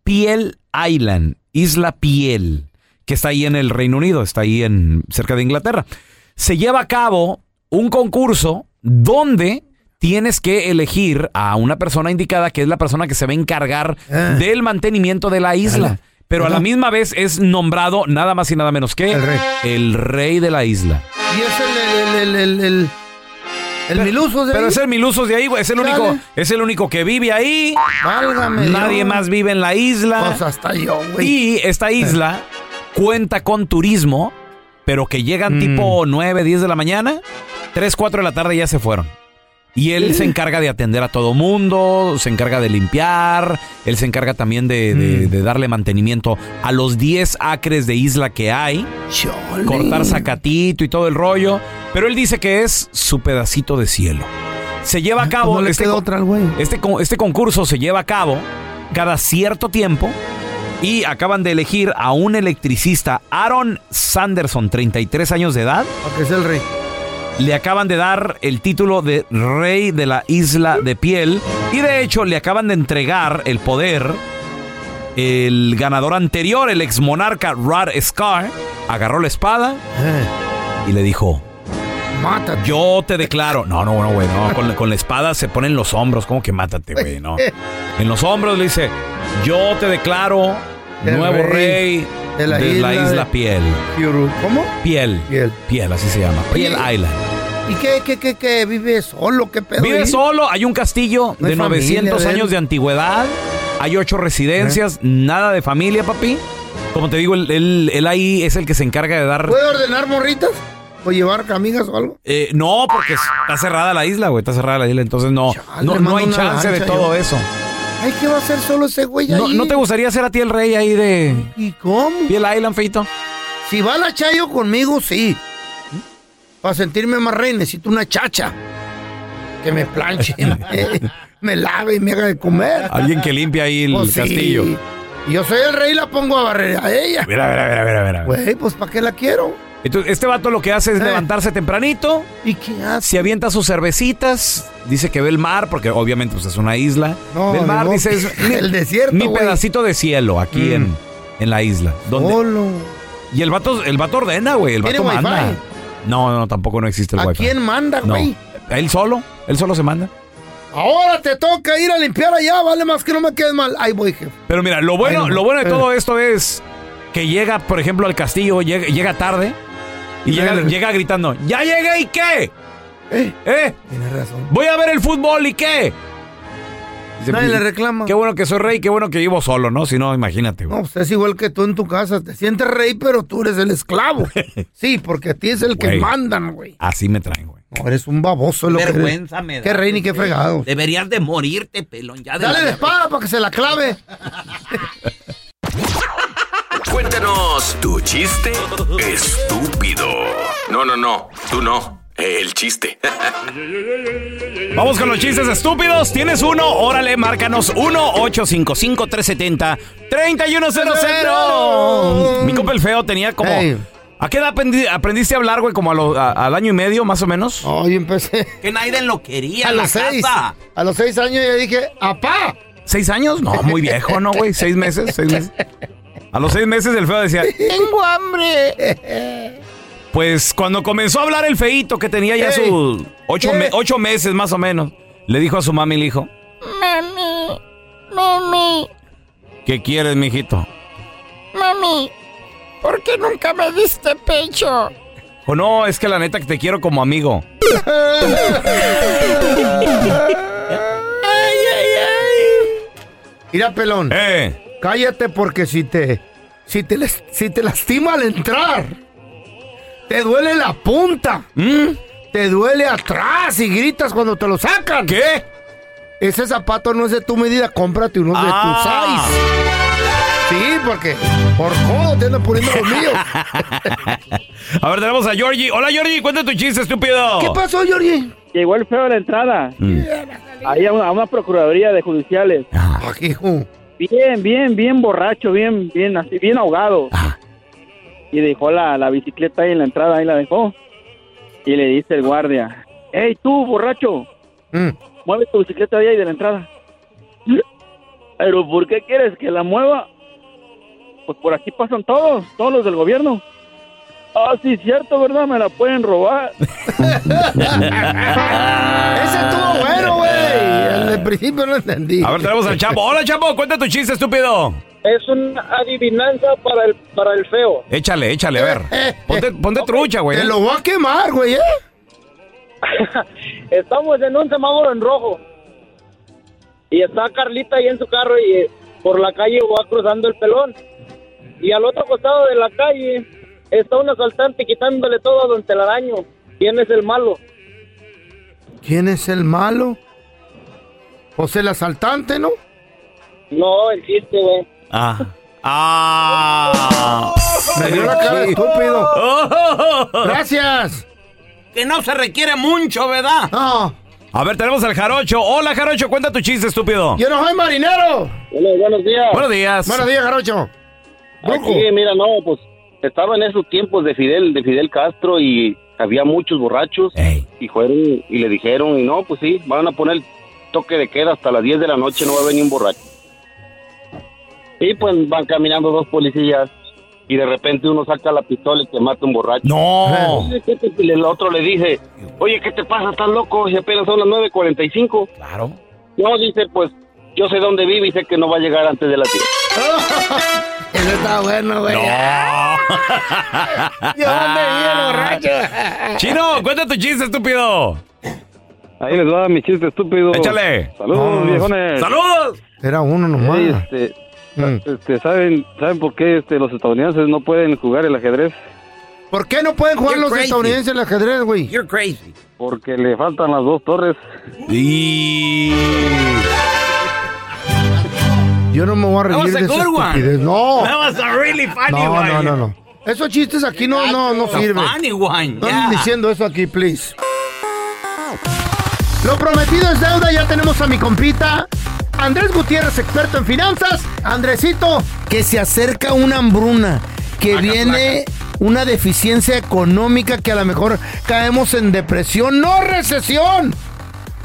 Speaker 1: Piel Island, Isla Piel, que está ahí en el Reino Unido, está ahí en cerca de Inglaterra. Se lleva a cabo un concurso donde tienes que elegir a una persona indicada que es la persona que se va a encargar del mantenimiento de la isla. Pero a la misma vez es nombrado nada más y nada menos que el rey, de la isla.
Speaker 5: Y es el, el, el, el, el, el miluso de
Speaker 1: Pero
Speaker 5: ahí.
Speaker 1: es el Milusos de ahí, güey. Es el
Speaker 5: Chale.
Speaker 1: único, es el único que vive ahí.
Speaker 5: Válgame
Speaker 1: Nadie
Speaker 5: Dios.
Speaker 1: más vive en la isla.
Speaker 5: Pues hasta yo, güey.
Speaker 1: Y esta isla cuenta con turismo, pero que llegan tipo 9, 10 de la mañana, 3, 4 de la tarde ya se fueron. Y él se encarga de atender a todo mundo, se encarga de limpiar, él se encarga también de, de- de darle mantenimiento a los 10 acres de isla que hay, cortar zacatito y todo el rollo, pero él dice que es su pedacito de cielo. Se lleva a cabo
Speaker 5: no Ah, le
Speaker 1: este,
Speaker 5: quedó
Speaker 1: con-
Speaker 5: otra al güey.
Speaker 1: este, con- este concurso se lleva a cabo cada cierto tiempo y acaban de elegir a un electricista, Aaron Sanderson, 33 años de edad.
Speaker 5: Que es el rey.
Speaker 1: Le acaban de dar el título de rey de la isla de piel y de hecho le acaban de entregar el poder. El ganador anterior, el ex monarca Rod Scar, agarró la espada
Speaker 5: Eh,
Speaker 1: y le dijo:
Speaker 5: Mátate.
Speaker 1: Yo te declaro. No, no, no, güey, no. Con, la- con la espada se ponen los hombros. ¿Cómo que mátate, güey? No.
Speaker 5: Eh,
Speaker 1: En los hombros le dice: Yo te declaro
Speaker 5: El
Speaker 1: nuevo
Speaker 5: rey
Speaker 1: rey, de la isla,
Speaker 5: de-
Speaker 1: piel.
Speaker 5: ¿Cómo?
Speaker 1: Piel.
Speaker 5: Piel.
Speaker 1: Piel, así se llama. Piel Island.
Speaker 5: ¿Y qué, qué, qué, qué? ¿Vive solo? ¿Qué pedo?
Speaker 1: Vive
Speaker 5: ahí?
Speaker 1: solo, hay un castillo
Speaker 5: No hay
Speaker 1: de
Speaker 5: familia,
Speaker 1: 900
Speaker 5: de él.
Speaker 1: años de antigüedad, hay ocho residencias, nada de familia, papi. Como te digo, él, él- él ahí es el que se encarga de dar...
Speaker 5: ¿Puede ordenar morritas? ¿O llevar camigas o algo?
Speaker 1: Eh, no, porque está cerrada la isla, güey, está cerrada la isla, entonces no, no,
Speaker 5: le
Speaker 1: no
Speaker 5: mando
Speaker 1: hay
Speaker 5: una
Speaker 1: chance de
Speaker 5: lancha yo.
Speaker 1: todo eso.
Speaker 5: Ay, ¿qué va a hacer solo ese güey
Speaker 1: No,
Speaker 5: ahí?
Speaker 1: ¿no te gustaría ser a ti el rey ahí de...
Speaker 5: ¿Y cómo?
Speaker 1: ¿Y el Island, Feito?
Speaker 5: Si va la Chayo conmigo, sí. Para sentirme más rey, necesito una chacha. Que me planche, me, me lave y me haga de comer.
Speaker 1: Alguien que limpia ahí Ah, el
Speaker 5: Pues sí.
Speaker 1: castillo.
Speaker 5: Yo soy el rey y la pongo a barrer a ella.
Speaker 1: Mira, mira, mira, mira, mira.
Speaker 5: Güey, pues ¿para qué la quiero?
Speaker 1: Entonces, este vato lo que hace es
Speaker 5: Eh.
Speaker 1: levantarse tempranito.
Speaker 5: ¿Y qué hace?
Speaker 1: Se avienta sus cervecitas. Dice que ve el mar, porque obviamente pues, es una isla.
Speaker 5: No,
Speaker 1: ve el mar,
Speaker 5: no,
Speaker 1: dice. es mi-
Speaker 5: el desierto,
Speaker 1: Mi
Speaker 5: güey. Mm.
Speaker 1: pedacito de cielo aquí en, en la isla. Donde, Y el vato, el vato ordena, güey. El
Speaker 5: Oh. ¿Tiene
Speaker 1: vato manda.
Speaker 5: wifi?
Speaker 1: No, no, tampoco no existe el
Speaker 5: ¿A
Speaker 1: wifi.
Speaker 5: quién manda,
Speaker 1: No.
Speaker 5: güey?
Speaker 1: ¿A Él solo. Él solo se manda.
Speaker 5: Ahora te toca ir a limpiar allá, vale más que no me quedes mal. Ahí voy, jefe.
Speaker 1: Pero mira, lo bueno,
Speaker 5: Ay, no.
Speaker 1: lo bueno de
Speaker 5: Eh.
Speaker 1: todo esto es que llega, por ejemplo, al castillo, llega, llega tarde y llega, llega gritando, ¡Ya llegué y qué! ¿Eh?
Speaker 5: Tienes razón.
Speaker 1: Voy a ver el fútbol y qué. Dice,
Speaker 5: Nadie
Speaker 1: "Pues,
Speaker 5: le reclama.
Speaker 1: Qué bueno que soy rey, qué bueno que vivo solo, ¿no? Si no, imagínate, güey.
Speaker 5: No, pues es igual que tú en tu casa. Te sientes rey, pero tú eres el esclavo. Sí, porque a ti es el que
Speaker 1: Güey.
Speaker 5: mandan, güey.
Speaker 1: Así me traen, güey.
Speaker 5: No, eres un baboso. Lo que eres.
Speaker 4: Vergüenza me da.
Speaker 5: Qué rey ni qué fregado.
Speaker 4: Deberías de morirte, pelón. Ya de
Speaker 5: Dale
Speaker 4: la-
Speaker 5: la espada para que se la clave.
Speaker 3: Cuéntanos tu chiste estúpido. No, no, no. Tú no. eh, El chiste.
Speaker 1: Vamos con los chistes estúpidos. ¿Tienes uno? Órale, márcanos 1-855-370-3100. Mi compa el feo tenía como... ¿A qué edad aprendi- aprendiste a hablar, güey? ¿Como a lo- a- al año y medio, más o menos?
Speaker 5: Ay, empecé...
Speaker 4: Que Naiden lo quería.
Speaker 5: Oh. A
Speaker 4: en la
Speaker 5: los seis.
Speaker 4: casa.
Speaker 5: A los seis años ya dije, ¡apá!
Speaker 1: ¿Seis años? No, muy viejo, ¿no, güey? ¿Seis meses? ¿Seis meses? A los seis meses el feo decía...
Speaker 5: ¡Tengo hambre!
Speaker 1: Pues cuando comenzó a hablar el feito, que tenía ya
Speaker 5: Ey.
Speaker 1: sus ocho,
Speaker 5: ¿Qué?
Speaker 1: me- ocho meses más o menos, le dijo a su mami, le dijo...
Speaker 11: Mami, mami,
Speaker 1: ¿Qué quieres, mijito?
Speaker 11: mami, ¿por qué nunca me diste pecho?
Speaker 1: O Oh, no, es que la neta que te quiero como amigo.
Speaker 5: ¡Ay, ay, ay! Mira, pelón.
Speaker 1: ¿Eh?
Speaker 5: Cállate porque si te, si te, las- si te lastima al entrar, te duele la punta,
Speaker 1: ¿Mm?
Speaker 5: te duele atrás y gritas cuando te lo sacan.
Speaker 1: ¿Qué?
Speaker 5: Ese zapato no es de tu medida, cómprate uno
Speaker 1: Ah.
Speaker 5: de tu size. Sí, porque por jodo te andan poniendo los míos.
Speaker 1: a ver, tenemos a Georgie. Hola, Georgie, cuéntame tu chiste, estúpido. Mm.
Speaker 5: ¿Qué pasó, Jorge?
Speaker 7: Llegó el feo a la entrada. Ahí a una, a una procuraduría de judiciales. Bien, bien, bien borracho, bien, bien, así, bien ahogado. Y dejó la, la bicicleta ahí en la entrada, ahí la dejó. Y le dice el guardia, hey tú, borracho,
Speaker 5: Mm.
Speaker 7: mueve tu bicicleta de ahí de la entrada. Pero ¿por qué quieres que la mueva? Pues por aquí pasan todos, todos los del gobierno. Ah, sí, cierto, ¿verdad? Me la pueden robar.
Speaker 5: Ese estuvo bueno, güey. Desde el principio no entendí.
Speaker 1: A ver, tenemos al Chapo. Hola, Chapo, cuéntame tu chiste, estúpido.
Speaker 12: Es una adivinanza para el, para el feo.
Speaker 1: Échale, échale, a ver. Ponte, ponte trucha, güey.
Speaker 5: Eh, Te lo voy a quemar, güey, ¿eh?
Speaker 12: Estamos en un semáforo en rojo. Y está Carlita ahí en su carro y eh, por la calle va cruzando el pelón. Y al otro costado de la calle está un asaltante quitándole todo a Don Telaraño. ¿Quién es el malo?
Speaker 5: ¿Quién es el malo? Pues el asaltante, ¿no?
Speaker 12: No, el chiste, güey.
Speaker 1: Ah. Ah.
Speaker 5: Me dio la cara de estúpido. Gracias.
Speaker 4: Que no se requiere mucho, ¿verdad?
Speaker 5: No.
Speaker 1: A ver, tenemos al Jarocho. Hola, Jarocho, cuéntame tu chiste, estúpido.
Speaker 5: Yo no soy marinero.
Speaker 12: buenos días.
Speaker 1: Buenos días.
Speaker 5: Buenos días, Jarocho.
Speaker 12: Aquí, mira, no, pues estaba en esos tiempos de Fidel, de Fidel Castro y había muchos borrachos y fueron y le dijeron y no, pues sí, van a poner toque de queda hasta las 10 de la noche, no va a venir un borracho. Y pues van caminando dos policías y de repente uno saca la pistola y te mata un borracho.
Speaker 1: No.
Speaker 12: Y el otro le dice, oye, ¿qué te pasa? ¿Estás loco? Y apenas son las 9.45.
Speaker 1: Claro.
Speaker 12: No, dice, pues yo sé dónde vive y sé que no va a llegar antes de las 10.
Speaker 11: Eso está bueno, güey.
Speaker 1: ¿De dónde viene borracho? Chino, cuenta tu chiste,
Speaker 5: Oh.
Speaker 1: estúpido.
Speaker 13: Ahí les va mi chiste estúpido.
Speaker 1: Échale.
Speaker 13: Saludos,
Speaker 5: Vamos.
Speaker 13: viejones.
Speaker 1: ¡Saludos!
Speaker 5: Era uno nomás. Mm.
Speaker 13: Ey, este, este, ¿saben, ¿Saben por qué este, los estadounidenses no pueden jugar el ajedrez?
Speaker 5: ¿Por qué no pueden jugar
Speaker 13: You're
Speaker 5: los
Speaker 13: crazy.
Speaker 5: estadounidenses el ajedrez, güey?
Speaker 4: You're crazy.
Speaker 13: Porque le faltan las dos torres.
Speaker 1: Y...
Speaker 5: Yo no me voy a
Speaker 13: That was
Speaker 5: reír de
Speaker 13: a
Speaker 5: esa
Speaker 13: good one.
Speaker 5: estupidez. No.
Speaker 13: That was a really funny
Speaker 5: Oh. no,
Speaker 13: one.
Speaker 5: No, no, no. Esos chistes aquí no, no, no
Speaker 13: It's a
Speaker 5: sirven.
Speaker 13: funny one,
Speaker 5: No
Speaker 13: yeah.
Speaker 5: anden diciendo eso aquí, please. Lo prometido es deuda. Ya tenemos a mi compita. Andrés Gutiérrez, experto en finanzas. Andresito, que se acerca una hambruna. Que viene una deficiencia económica que a lo mejor caemos en depresión. ¡No recesión!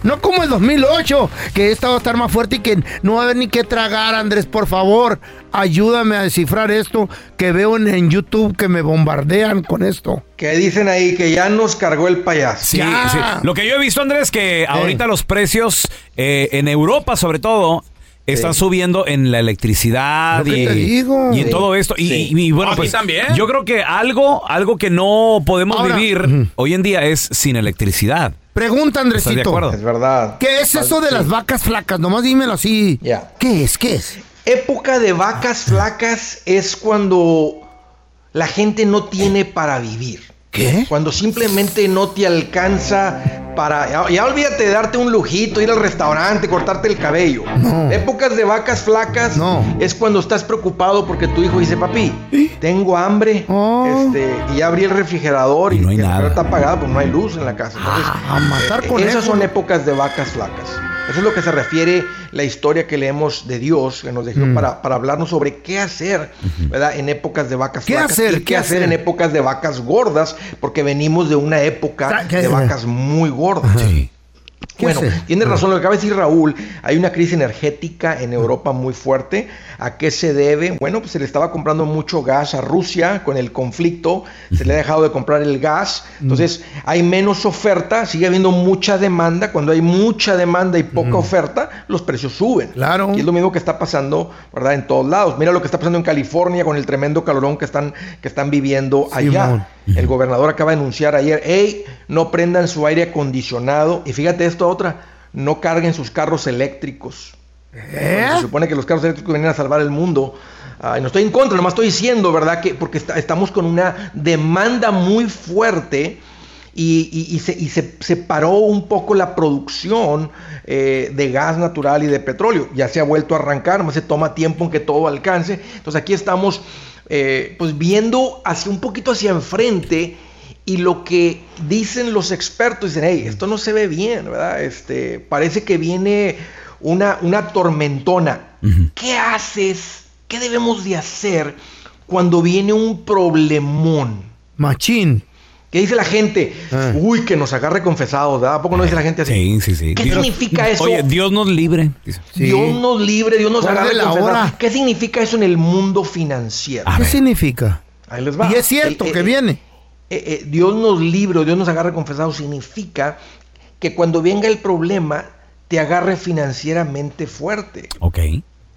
Speaker 5: No como el 2008, que esta va a estar más fuerte y que no va a haber ni que tragar, Andrés, por favor. Ayúdame a descifrar esto que veo en, en YouTube que me bombardean con esto.
Speaker 14: Que dicen ahí que ya nos cargó el payaso.
Speaker 1: Sí, sí. Lo que yo he visto, Andrés, que ahorita los precios eh, en Europa, sobre todo, están subiendo en la electricidad
Speaker 5: Lo que
Speaker 1: y,
Speaker 5: te digo.
Speaker 1: y en
Speaker 5: Sí.
Speaker 1: todo esto. Y,
Speaker 5: Sí.
Speaker 1: y- y bueno,
Speaker 5: Aquí
Speaker 1: pues
Speaker 5: también.
Speaker 1: yo creo que algo, algo que no podemos
Speaker 5: Ahora-
Speaker 1: vivir hoy en día es sin electricidad.
Speaker 5: Pregunta,
Speaker 1: ¿Estás de
Speaker 5: Andresito.
Speaker 1: acuerdo? Es
Speaker 14: verdad.
Speaker 5: ¿Qué es eso de las vacas flacas? Nomás dímelo así. ¿Qué es? ¿Qué es?
Speaker 14: Época de vacas flacas es cuando la gente no tiene para vivir.
Speaker 5: ¿Qué?
Speaker 14: Cuando simplemente no te alcanza para... Ya, ya olvídate de darte un lujito, ir al restaurante, cortarte el cabello. Épocas de vacas flacas es cuando estás preocupado porque tu hijo dice, papi,
Speaker 5: ¿Eh?
Speaker 14: tengo hambre.
Speaker 5: Oh.
Speaker 14: Este, y ya abrí el refrigerador y, el refrigerador está apagado porque pues no hay luz en la casa. Entonces, eh,
Speaker 5: Ah, con
Speaker 14: esas
Speaker 5: eso.
Speaker 14: son épocas de vacas flacas. Eso es lo que se refiere la historia que leemos de Dios, que nos dejó
Speaker 5: Mm.
Speaker 14: para, para hablarnos sobre qué hacer, ¿verdad? En épocas de vacas
Speaker 5: ¿Qué
Speaker 14: flacas.
Speaker 5: hacer?
Speaker 14: y
Speaker 5: ¿Qué
Speaker 14: ¿Qué, hacer?
Speaker 5: hacer?
Speaker 14: en épocas de vacas gordas? Porque venimos de una época
Speaker 5: Sa- ¿qué?
Speaker 14: de vacas muy gordas.
Speaker 5: ¿Qué
Speaker 14: Bueno,
Speaker 5: hacer?
Speaker 14: tiene razón lo que acaba de decir Raúl. Hay una crisis energética en Europa muy fuerte. ¿A qué se debe? Bueno, pues se le estaba comprando mucho gas a Rusia con el conflicto. Se le ha dejado de comprar el gas. Entonces, hay menos oferta, sigue habiendo mucha demanda. Cuando hay mucha demanda y poca oferta, los precios suben. Claro. Y es lo mismo que está pasando, ¿verdad? En todos lados. Mira lo que está pasando en California con el tremendo calorón que están, que están viviendo allá.
Speaker 5: Simón.
Speaker 14: El gobernador acaba de anunciar ayer, hey, no prendan su aire acondicionado. Y fíjate esto otra, no carguen sus carros eléctricos.
Speaker 5: ¿Eh?
Speaker 14: Cuando Se supone que los carros eléctricos venían a salvar el mundo. Ay, no estoy en contra, nomás estoy diciendo, ¿verdad? Que porque está- estamos con una demanda muy fuerte y, y- y se, y se- se paró un poco la producción eh, de gas natural y de petróleo. Ya se ha vuelto a arrancar, nomás se toma tiempo en que todo alcance. Entonces aquí estamos eh, pues viendo hacia un poquito hacia enfrente y lo que dicen los expertos, dicen, hey, esto no se ve bien, ¿verdad? Este, parece que viene una, una tormentona. ¿Qué haces? ¿Qué debemos de hacer cuando viene un problemón?
Speaker 5: Machín.
Speaker 14: ¿Qué dice la gente? Uy, que nos agarre confesados, ¿verdad? ¿A poco no dice la gente así?
Speaker 1: Ah. Sí, sí, sí.
Speaker 14: ¿Qué
Speaker 1: Dios-
Speaker 14: significa eso?
Speaker 1: Oye, Dios nos libre.
Speaker 14: Dios nos libre, Dios nos
Speaker 5: ¿Cuál
Speaker 14: agarre
Speaker 5: de la
Speaker 14: confesados.
Speaker 5: hora?
Speaker 14: ¿Qué significa eso en el mundo financiero?
Speaker 5: ¿Qué significa?
Speaker 14: Ahí les va.
Speaker 5: Y es cierto que
Speaker 14: viene. Dios nos libre, o Dios nos agarre confesados, significa que cuando venga el problema, te agarre financieramente fuerte
Speaker 1: Ok.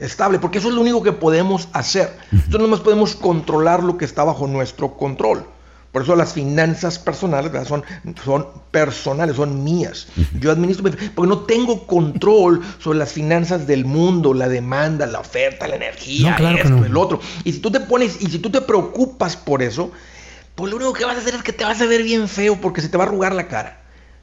Speaker 14: estable, porque eso es lo único que podemos hacer. Nosotros nomás podemos controlar lo que está bajo nuestro control. Por eso las finanzas personales ¿verdad? son, son personales, son mías. Yo administro, mi- porque no tengo control sobre las finanzas del mundo, la demanda, la oferta, la energía,
Speaker 5: No, claro que
Speaker 14: esto,
Speaker 5: no.
Speaker 14: el otro. Y si tú te pones, y si tú te preocupas por eso, pues lo único que vas a hacer es que te vas a ver bien feo porque se te va a arrugar la cara.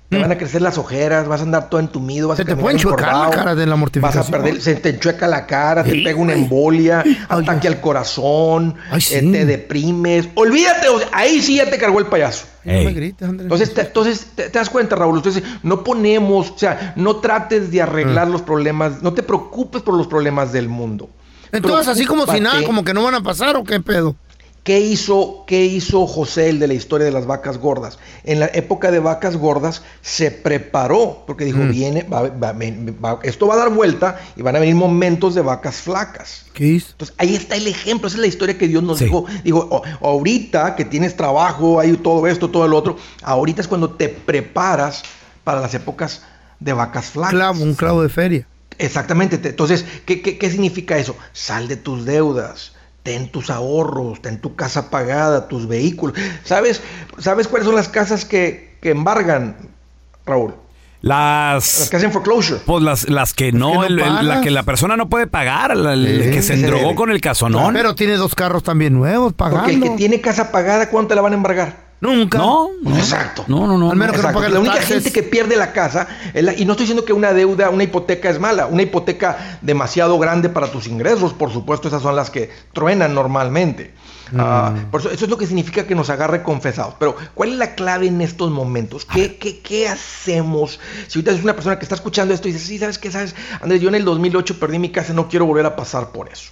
Speaker 14: Te van a crecer las ojeras, vas a andar todo entumido, vas
Speaker 5: Mm. Se
Speaker 14: a
Speaker 5: te
Speaker 14: caminar
Speaker 5: pueden chocar la
Speaker 14: encorvado,
Speaker 5: cara de la mortificación.
Speaker 14: Vas a perder, se te enchueca la cara, te
Speaker 5: Sí,
Speaker 14: pega una embolia, ataque al corazón, eh, te deprimes. Olvídate, o sea, ahí sí ya te cargó el payaso.
Speaker 5: No me grites, Andrés.
Speaker 14: Entonces, te, entonces te, te das cuenta, Raúl. Entonces, no ponemos, o sea, no trates de arreglar los problemas, no te preocupes por los problemas del mundo.
Speaker 5: Entonces, así como si nada, como que no van a pasar o qué pedo.
Speaker 14: ¿Qué hizo, ¿Qué hizo José, el de la historia de las vacas gordas? En la época de vacas gordas se preparó, porque dijo, viene, va- va- ven- va- esto va a dar vuelta y van a venir momentos de vacas flacas.
Speaker 5: ¿Qué hizo?
Speaker 14: Entonces, ahí está el ejemplo, esa es la historia que Dios nos dijo. Digo, ahorita que tienes trabajo, hay todo esto, todo lo otro, ahorita es cuando te preparas para las épocas de vacas flacas.
Speaker 5: Clavo, un clavo de feria.
Speaker 14: Exactamente. te- Entonces, ¿qué, qué, qué significa eso? Sal de tus deudas. ten tus ahorros, ten tu casa pagada, tus vehículos. ¿Sabes, ¿sabes cuáles son las casas que, que embargan, Raúl?
Speaker 1: Las. Las
Speaker 14: que hacen foreclosure.
Speaker 1: Pues las, las que no,
Speaker 14: que no
Speaker 1: el- el- la
Speaker 14: pagas.
Speaker 1: que la persona no puede pagar, la, el
Speaker 14: Sí,
Speaker 1: que se
Speaker 14: se
Speaker 1: endrogó
Speaker 14: debe.
Speaker 1: con el casonón.
Speaker 5: Pero tiene dos carros también nuevos pagando.
Speaker 14: Porque el que tiene casa pagada, ¿cuánto te la van a embargar?
Speaker 1: Nunca. No,
Speaker 14: exacto.
Speaker 1: No, no, no.
Speaker 5: Al menos que no
Speaker 14: Exacto.
Speaker 5: pague
Speaker 14: la
Speaker 5: los
Speaker 14: única
Speaker 5: taxes.
Speaker 14: gente que pierde la casa, es la- y no estoy diciendo que una deuda, una hipoteca es mala, una hipoteca demasiado grande para tus ingresos, por supuesto, esas son las que truenan normalmente. Ah, por eso, eso es lo que significa que nos agarre confesados. Pero, ¿cuál es la clave en estos momentos? ¿Qué, qué, qué hacemos? Si ahorita es una persona que está escuchando esto y dice, sí, ¿sabes qué? ¿Sabes? Andrés, yo en el 2008 perdí mi casa, no quiero volver a pasar por eso.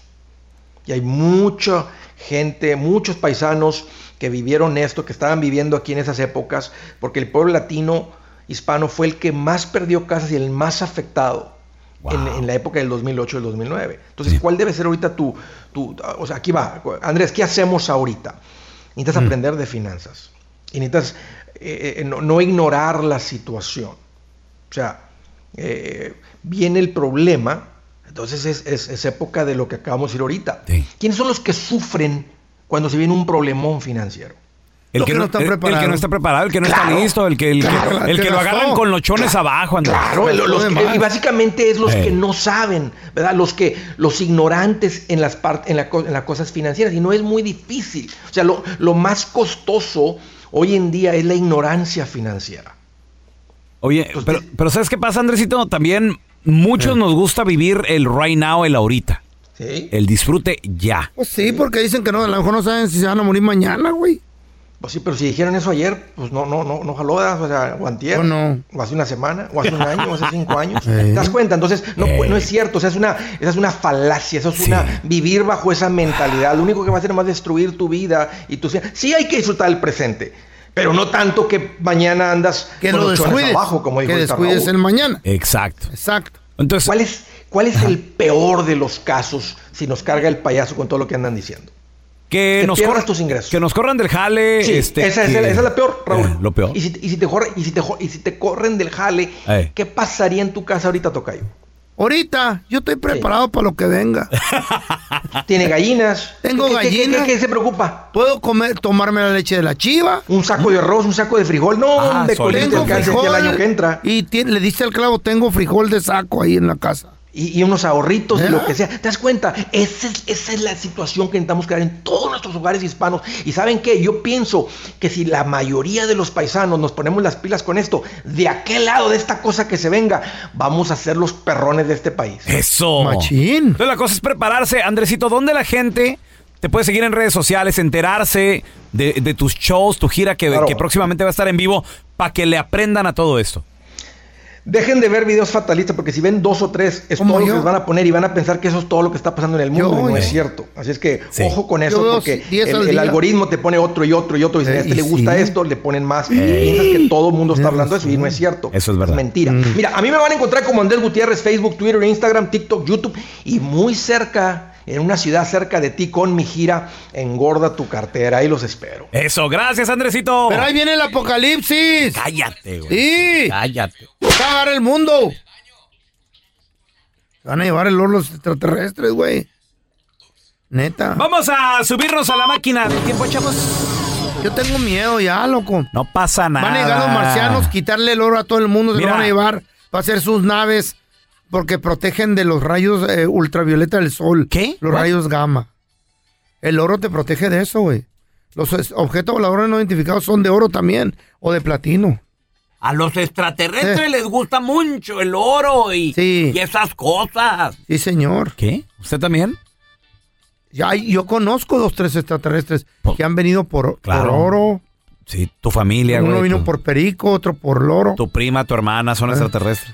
Speaker 14: Y hay mucha gente, muchos paisanos que vivieron esto, que estaban viviendo aquí en esas épocas, porque el pueblo latino hispano fue el que más perdió casas y el más afectado en, en la época del 2008 y el 2009. Entonces, ¿cuál debe ser ahorita tu, tu... O sea, aquí va. Andrés, ¿qué hacemos ahorita? Necesitas aprender de finanzas. Y necesitas eh, eh, no- no ignorar la situación. O sea, eh, viene el problema, entonces es, es- es época de lo que acabamos de ir ahorita. ¿Quiénes son los que sufren cuando se viene un problemón financiero?
Speaker 1: El
Speaker 14: Los
Speaker 1: que,
Speaker 14: que
Speaker 1: no,
Speaker 14: no están
Speaker 1: el, el que
Speaker 14: preparado.
Speaker 1: no está preparado, el que no
Speaker 14: Claro.
Speaker 1: está listo, el que, el que,
Speaker 14: Claro,
Speaker 1: el
Speaker 14: que
Speaker 1: que lo
Speaker 14: gastó.
Speaker 1: agarran con los chones abajo. Andrés. Eh.
Speaker 14: Claro, lo- los que- y básicamente es los que no saben, ¿verdad? Los que los ignorantes en las part- en, la co- en las cosas financieras y no es muy difícil. O sea, lo, lo más costoso hoy en día es la ignorancia financiera.
Speaker 1: Oye, pero, pero ¿sabes qué pasa, Andresito? También muchos nos gusta vivir el right now, el ahorita.
Speaker 14: Eh. Sí.
Speaker 1: El disfrute ya.
Speaker 5: Pues sí, porque dicen que no, a lo mejor no saben si se van a morir mañana, güey.
Speaker 14: Pues sí, pero si dijeron eso ayer, pues no, no, no, no jaló, ¿verdad? o sea, o antier, o hace una semana, o hace un año, o hace cinco años. ¿Te das cuenta? Entonces, no, pu-
Speaker 1: Eh.
Speaker 14: no es cierto, o sea, es una, esa es una falacia, eso es una vivir bajo esa mentalidad. Lo único que va a hacer es más destruir tu vida y tu Sí hay que disfrutar el presente, pero no tanto que mañana andas
Speaker 5: Que
Speaker 14: con
Speaker 5: lo
Speaker 14: los chones
Speaker 5: descuides.
Speaker 14: abajo, como dijo
Speaker 5: que
Speaker 14: ahorita
Speaker 5: descuides
Speaker 14: Raúl.
Speaker 5: el mañana.
Speaker 1: Exacto.
Speaker 5: Exacto.
Speaker 1: Entonces,
Speaker 14: ¿Cuál es, cuál es el peor de los casos si nos carga el payaso con todo lo que andan diciendo?
Speaker 1: Que,
Speaker 14: Que
Speaker 1: nos
Speaker 14: pierdas
Speaker 1: corran-
Speaker 14: tus ingresos.
Speaker 1: Que nos corran del jale.
Speaker 14: Sí,
Speaker 1: este,
Speaker 14: esa, es,
Speaker 1: que-
Speaker 14: esa es la peor, Raúl.
Speaker 1: Eh, lo peor.
Speaker 14: Y si, y si te, corre- y si te jo- y si te corren del jale,
Speaker 1: Eh.
Speaker 14: ¿qué pasaría en tu casa ahorita, Tocayo?
Speaker 5: Ahorita, yo estoy preparado para lo que venga.
Speaker 14: ¿Tiene gallinas?
Speaker 5: Tengo
Speaker 14: ¿Qué- qué- qué-
Speaker 5: gallinas.
Speaker 14: qué- qué se preocupa?
Speaker 5: ¿Puedo comer, tomarme la leche de la chiva?
Speaker 14: ¿Un saco de arroz, un saco de frijol? No,
Speaker 1: Ah,
Speaker 14: hombre, con este esto
Speaker 5: tengo
Speaker 14: alcanza aquí
Speaker 5: frijol.
Speaker 14: el año que entra.
Speaker 5: Y tiene- le dice al clavo, tengo frijol de saco ahí en la casa. ¿Eh?
Speaker 14: Y, y unos ahorritos, y lo que sea. ¿Te das cuenta? Esa es, esa es la situación que necesitamos crear en todos nuestros hogares hispanos. ¿Y saben qué? Yo pienso que si la mayoría de los paisanos nos ponemos las pilas con esto, de aquel lado de esta cosa que se venga, vamos a ser los perrones de este país.
Speaker 1: Eso.
Speaker 5: Machín.
Speaker 1: Entonces la cosa es prepararse. Andresito, ¿dónde la gente te puede seguir en redes sociales, enterarse de, de tus shows, tu gira que, que próximamente va a estar en vivo, para que le aprendan a todo esto?
Speaker 14: Dejen de ver videos fatalistas porque si ven dos o tres es todo lo que les van a poner y van a pensar que eso es todo lo que está pasando en el mundo y no
Speaker 5: oye.
Speaker 14: es cierto. Así es que ojo con
Speaker 5: eh. Yo
Speaker 14: eso
Speaker 5: veo
Speaker 14: porque
Speaker 5: diez al
Speaker 14: el, el
Speaker 5: día.
Speaker 14: algoritmo te pone otro y otro y otro y si a este
Speaker 5: y
Speaker 14: le gusta
Speaker 5: sí.
Speaker 14: esto le ponen más. Piensas que todo el mundo está hablando de eso y no es cierto.
Speaker 1: Eso es verdad.
Speaker 14: Mentira.
Speaker 5: Mm.
Speaker 14: Mira, a mí me van a encontrar como Andrés Gutiérrez, Facebook, Twitter, Instagram, TikTok, YouTube y muy cerca, en una ciudad cerca de ti con mi gira Engorda tu cartera. Ahí los espero.
Speaker 1: Eso, gracias, Andresito.
Speaker 5: Pero ahí viene el apocalipsis.
Speaker 1: Cállate,
Speaker 5: güey. Sí.
Speaker 1: Cállate.
Speaker 5: Se va a acabar el mundo. Se van a llevar el oro los extraterrestres, güey. Neta.
Speaker 1: Vamos a subirnos a la máquina del tiempo, chavos.
Speaker 5: Yo tengo miedo ya, loco.
Speaker 1: No pasa nada.
Speaker 5: Van a llegar los marcianos, quitarle el oro a todo el mundo, se
Speaker 1: Mira.
Speaker 5: lo van a llevar para hacer sus naves porque protegen de los rayos eh, ultravioleta del sol. ¿Qué? Los rayos gamma. El oro te protege de eso, güey. Los es- objetos voladores no identificados son de oro también o de platino.
Speaker 4: A los extraterrestres les gusta mucho el oro y, y esas cosas.
Speaker 5: Sí, señor.
Speaker 1: ¿Qué? ¿Usted también?
Speaker 5: Ya, yo conozco dos, tres extraterrestres que han venido por,
Speaker 1: claro.
Speaker 5: por oro.
Speaker 1: Sí, tu familia,
Speaker 5: Uno
Speaker 1: güey,
Speaker 5: vino
Speaker 1: tu-
Speaker 5: por Eh. perico, otro por loro.
Speaker 1: tu prima, tu hermana, son extraterrestres.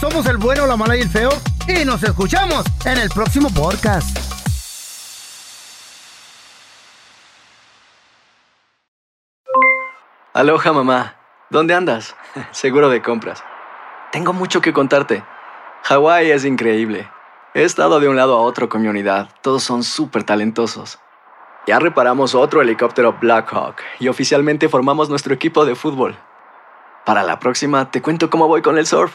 Speaker 5: Somos el bueno, la mala y el feo. Y nos escuchamos en el próximo podcast.
Speaker 15: Aloha, mamá. ¿Dónde andas? Seguro de compras. Tengo mucho que contarte. Hawái es increíble. He estado de un lado a otro con mi unidad. Todos son súper talentosos. Ya reparamos otro helicóptero Blackhawk y oficialmente formamos nuestro equipo de fútbol. Para la próxima te cuento cómo voy con el surf